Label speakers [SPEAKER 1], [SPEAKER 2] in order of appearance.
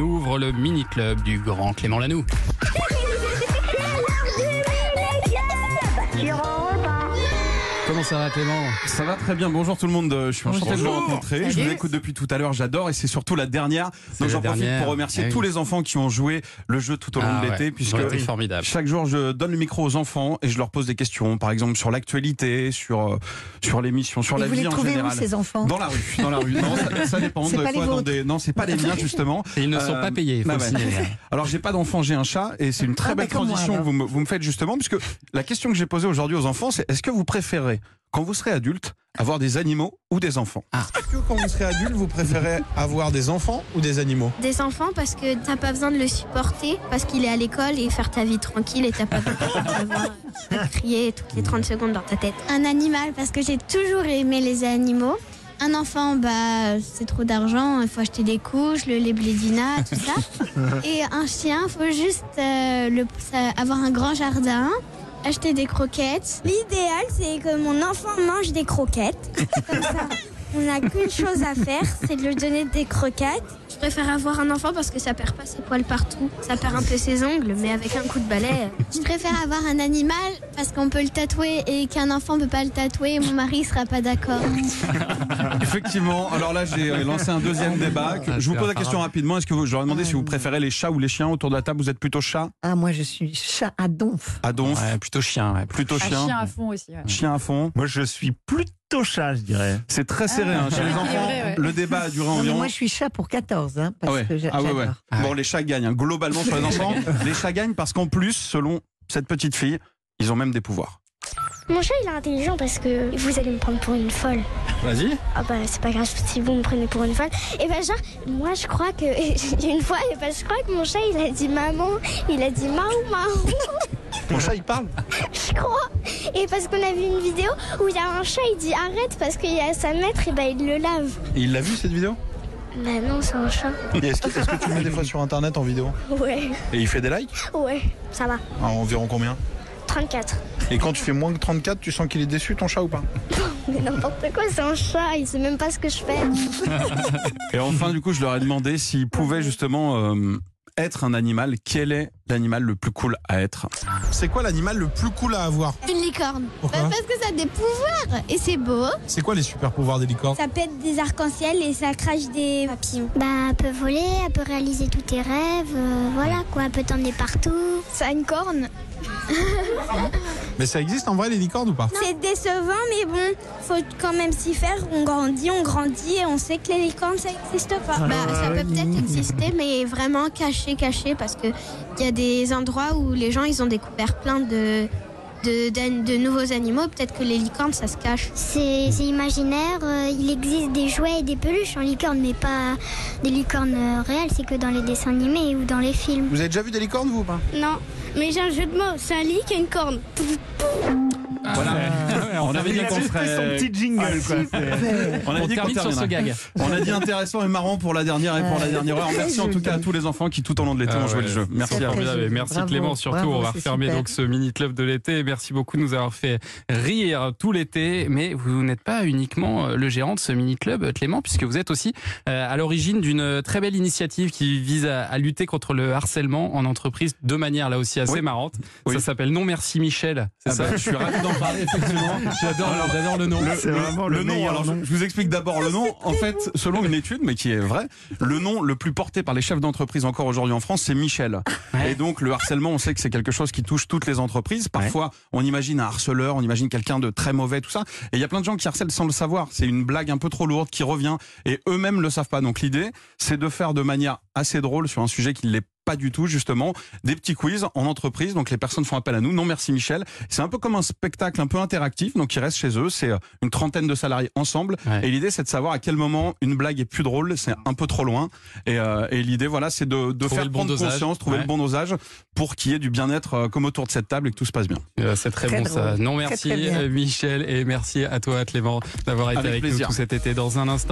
[SPEAKER 1] s'ouvre le mini-club du grand Clément Lanoux. Comment ça va Clément
[SPEAKER 2] Ça va très bien, bonjour tout le monde, je suis enchanté de vous
[SPEAKER 3] Bonjour.
[SPEAKER 2] rencontrer. Je
[SPEAKER 3] Salut.
[SPEAKER 2] vous écoute depuis tout à l'heure, j'adore et c'est surtout la dernière. Donc
[SPEAKER 1] la
[SPEAKER 2] j'en profite
[SPEAKER 1] dernière.
[SPEAKER 2] pour remercier
[SPEAKER 1] Eh oui.
[SPEAKER 2] tous les enfants qui ont joué le jeu tout au long
[SPEAKER 1] Ah
[SPEAKER 2] de l'été,
[SPEAKER 1] ouais,
[SPEAKER 2] puisque
[SPEAKER 1] ils ont été formidables.
[SPEAKER 2] chaque jour je donne le micro aux enfants et je leur pose des questions, par exemple sur l'actualité, sur, euh, sur l'émission, sur
[SPEAKER 3] Et
[SPEAKER 2] la
[SPEAKER 3] vous
[SPEAKER 2] vie
[SPEAKER 3] les
[SPEAKER 2] en
[SPEAKER 3] trouvez où,
[SPEAKER 2] général.
[SPEAKER 3] ces enfants
[SPEAKER 2] Dans la rue, dans la rue. Non, ça, ça dépend.
[SPEAKER 3] C'est
[SPEAKER 2] Des
[SPEAKER 3] pas les
[SPEAKER 2] fois, dans
[SPEAKER 3] vôtres.
[SPEAKER 2] des... Non, c'est pas les miens justement.
[SPEAKER 1] Et ils ne sont
[SPEAKER 2] Euh,
[SPEAKER 1] pas payés, faut
[SPEAKER 2] bah
[SPEAKER 1] le
[SPEAKER 2] ouais.
[SPEAKER 1] signaler. hein.
[SPEAKER 2] Alors j'ai pas d'enfant, j'ai un chat et c'est une très
[SPEAKER 3] Ah,
[SPEAKER 2] belle
[SPEAKER 3] bah, comme moi,
[SPEAKER 2] transition que
[SPEAKER 3] alors.
[SPEAKER 2] vous me, vous me faites justement puisque la question que j'ai posée aujourd'hui aux enfants c'est est-ce que vous préférez quand vous serez adulte avoir des animaux ou des enfants
[SPEAKER 3] Ah.
[SPEAKER 4] que quand vous serez adulte, vous préférez avoir des enfants ou des animaux
[SPEAKER 5] Des enfants parce que t'as pas besoin de le supporter, parce qu'il est à l'école et faire ta vie tranquille et t'as pas besoin d'avoir euh, à crier toutes les 30 secondes dans ta tête.
[SPEAKER 6] Un animal parce que j'ai toujours aimé les animaux. Un enfant, bah, c'est trop d'argent, il faut acheter des couches, le lait blédina, tout ça. Et un chien, faut juste euh, le, ça- avoir un grand jardin, acheter des croquettes. L'idéal, c'est que mon enfant mange des croquettes. Comme ça, on n'a qu'une chose à faire, c'est de lui donner des croquettes.
[SPEAKER 5] Je préfère avoir un enfant parce que ça perd pas ses poils partout, ça perd un peu ses ongles, mais avec un coup de balai. euh,
[SPEAKER 6] Je préfère avoir un animal parce qu'on peut le tatouer et qu'un enfant peut pas le tatouer. Mon mari sera pas d'accord.
[SPEAKER 2] Effectivement, alors là j'ai euh, lancé un deuxième
[SPEAKER 3] Ah,
[SPEAKER 2] débat. que- je vous pose la question rapidement, est-ce que vous, je leur ai demandé si vous préférez les chats ou les chiens autour de la table, vous êtes plutôt chat,
[SPEAKER 3] Ah, moi, je suis chat à donf.
[SPEAKER 2] à donf,
[SPEAKER 1] Ouais, plutôt chien, ouais.
[SPEAKER 2] plutôt
[SPEAKER 7] Un
[SPEAKER 2] chien,
[SPEAKER 7] chien à fond aussi. ouais.
[SPEAKER 2] chien à fond.
[SPEAKER 8] Moi, je suis plutôt chat, je dirais.
[SPEAKER 2] C'est très serré hein,
[SPEAKER 3] Ah.
[SPEAKER 2] chez les
[SPEAKER 7] équilibré,
[SPEAKER 2] enfants.
[SPEAKER 7] ouais.
[SPEAKER 2] Le débat a duré
[SPEAKER 3] Non, mais
[SPEAKER 2] environ
[SPEAKER 3] moi, je suis chat pour 14, hein, parce
[SPEAKER 2] Ah ouais.
[SPEAKER 3] que j'a-
[SPEAKER 2] Ah ouais,
[SPEAKER 3] j'adore.
[SPEAKER 2] ouais.
[SPEAKER 1] Ah
[SPEAKER 2] Bon,
[SPEAKER 1] ouais.
[SPEAKER 2] les chats gagnent. hein. Globalement, sur les enfants, les chats gagnent parce qu'en plus, selon cette petite fille, ils ont même des pouvoirs.
[SPEAKER 6] Mon chat, il est intelligent parce que vous allez me prendre pour une folle.
[SPEAKER 2] Vas-y.
[SPEAKER 6] Ah bah c'est pas grave si vous me prenez pour une folle. Et bah genre moi je crois que une fois et bah, je crois que mon chat il a dit maman, il a dit maou maou.
[SPEAKER 4] Mon chat, il parle
[SPEAKER 6] Je crois. Et parce qu'on a vu une vidéo où il y a un chat il dit arrête parce qu'il y a sa maître et bah il le lave.
[SPEAKER 2] Et il l'a vu cette vidéo
[SPEAKER 6] Bah non c'est un chat.
[SPEAKER 4] Et Est-ce que, est-ce que tu le mets des fois sur internet en vidéo
[SPEAKER 6] Ouais
[SPEAKER 4] Et il fait des likes
[SPEAKER 6] ouais ça va.
[SPEAKER 4] Ah, Environ combien
[SPEAKER 6] 34.
[SPEAKER 4] Et quand tu fais moins que 34, tu sens qu'il est déçu ton chat ou pas
[SPEAKER 6] Mais n'importe quoi c'est un chat il sait même pas ce que je fais.
[SPEAKER 2] Et enfin, du coup, je leur ai demandé s'ils pouvaient justement euh, être un animal. Quel est l'animal le plus cool à être
[SPEAKER 4] C'est quoi l'animal le plus cool à avoir
[SPEAKER 6] Une licorne.
[SPEAKER 4] Pourquoi
[SPEAKER 6] parce que ça a des pouvoirs et c'est beau.
[SPEAKER 4] C'est quoi les super pouvoirs des licornes
[SPEAKER 6] Ça pète des arcs-en-ciel et ça crache des papillons. Bah, elle peut voler, elle peut réaliser tous tes rêves, euh, voilà quoi, elle peut t'emmener partout. Ça a une corne.
[SPEAKER 4] Mais ça existe en vrai les licornes ou pas
[SPEAKER 6] C'est décevant, mais bon, faut quand même s'y faire. On grandit, on grandit et on sait que les licornes ça n'existe pas.
[SPEAKER 5] Bah, ça peut peut-être exister, mais vraiment caché, caché, parce que il y a des endroits où les gens ils ont découvert plein de de, d'an- de nouveaux animaux. Peut-être que les licornes ça se cache.
[SPEAKER 6] C'est imaginaire, euh, il existe des jouets et des peluches en licorne, mais pas des licornes euh, réelles, c'est que dans les dessins animés ou dans les films.
[SPEAKER 4] Vous avez déjà vu des licornes vous ou pas
[SPEAKER 6] Non, mais j'ai un jeu de mots, c'est un lit qui a une corne.
[SPEAKER 2] On avait dit
[SPEAKER 8] Il a
[SPEAKER 2] qu'on
[SPEAKER 8] juste fait son
[SPEAKER 2] serait-
[SPEAKER 8] petit
[SPEAKER 1] Ah,
[SPEAKER 8] jingle, quoi. C'est-
[SPEAKER 2] On a
[SPEAKER 1] On
[SPEAKER 2] dit qu'on
[SPEAKER 1] termine sur ce
[SPEAKER 2] terminera.
[SPEAKER 1] gag.
[SPEAKER 2] On a dit intéressant et marrant pour la dernière et pour la dernière heure. Merci en tout cas à tous les enfants qui tout au long de l'été
[SPEAKER 1] Ah
[SPEAKER 2] ont joué
[SPEAKER 1] ouais.
[SPEAKER 2] le jeu. Merci
[SPEAKER 3] C'est
[SPEAKER 2] à vous.
[SPEAKER 3] très
[SPEAKER 1] Formidable.
[SPEAKER 3] joli.
[SPEAKER 1] Et Merci
[SPEAKER 3] Bravo,
[SPEAKER 1] Clément surtout.
[SPEAKER 3] bravo,
[SPEAKER 1] on va
[SPEAKER 3] c'est
[SPEAKER 1] refermer
[SPEAKER 3] super.
[SPEAKER 1] donc ce mini club de l'été. Merci beaucoup de nous avoir fait rire tout l'été. Mais vous n'êtes pas uniquement euh, le gérant de ce mini club, euh, Clément, puisque vous êtes aussi euh, à l'origine d'une très belle initiative qui vise à, à lutter contre le harcèlement en entreprise de manière là aussi assez
[SPEAKER 2] Oui.
[SPEAKER 1] marrante.
[SPEAKER 2] Oui.
[SPEAKER 1] Ça s'appelle Non Merci Michel. C'est
[SPEAKER 2] Ah
[SPEAKER 1] ça.
[SPEAKER 2] bah, je suis ravi d'en parler effectivement.
[SPEAKER 1] J'adore,
[SPEAKER 2] Alors,
[SPEAKER 1] j'adore le nom.
[SPEAKER 8] C'est vraiment le,
[SPEAKER 2] nom,
[SPEAKER 8] meilleur
[SPEAKER 2] alors
[SPEAKER 8] nom.
[SPEAKER 2] Je, je vous explique d'abord le nom. En fait, selon une étude, mais qui est vraie, le nom le plus porté par les chefs d'entreprise encore aujourd'hui en France, c'est Michel.
[SPEAKER 1] Ouais.
[SPEAKER 2] Et donc, le harcèlement, on sait que c'est quelque chose qui touche toutes les entreprises. Parfois, on imagine un harceleur, on imagine quelqu'un de très mauvais, tout ça. Et il y a plein de gens qui harcèlent sans le savoir. C'est une blague un peu trop lourde qui revient et eux-mêmes le savent pas. Donc, l'idée, c'est de faire de manière assez drôle sur un sujet qui ne l'est pas du tout justement des petits quiz en entreprise donc les personnes font appel à nous non merci Michel c'est un peu comme un spectacle un peu interactif donc ils restent chez eux c'est euh, une trentaine de salariés ensemble
[SPEAKER 1] Ouais.
[SPEAKER 2] et l'idée c'est de savoir à quel moment une blague est plus drôle c'est un peu trop loin et, euh, et l'idée voilà c'est de, de
[SPEAKER 1] Trouver
[SPEAKER 2] faire
[SPEAKER 1] le bon
[SPEAKER 2] prendre
[SPEAKER 1] dosage.
[SPEAKER 2] conscience trouver
[SPEAKER 1] Ouais.
[SPEAKER 2] le bon dosage pour qu'il y ait du bien-être euh, comme autour de cette table et que tout se passe bien
[SPEAKER 1] Euh, C'est très,
[SPEAKER 3] Très
[SPEAKER 1] bon ça.
[SPEAKER 3] drôle.
[SPEAKER 1] Non
[SPEAKER 3] Très,
[SPEAKER 1] Merci
[SPEAKER 3] très bien.
[SPEAKER 1] euh, Michel et merci à toi Clément d'avoir été
[SPEAKER 2] Avec
[SPEAKER 1] avec, nous
[SPEAKER 2] plaisir.
[SPEAKER 1] tout cet été dans un instant.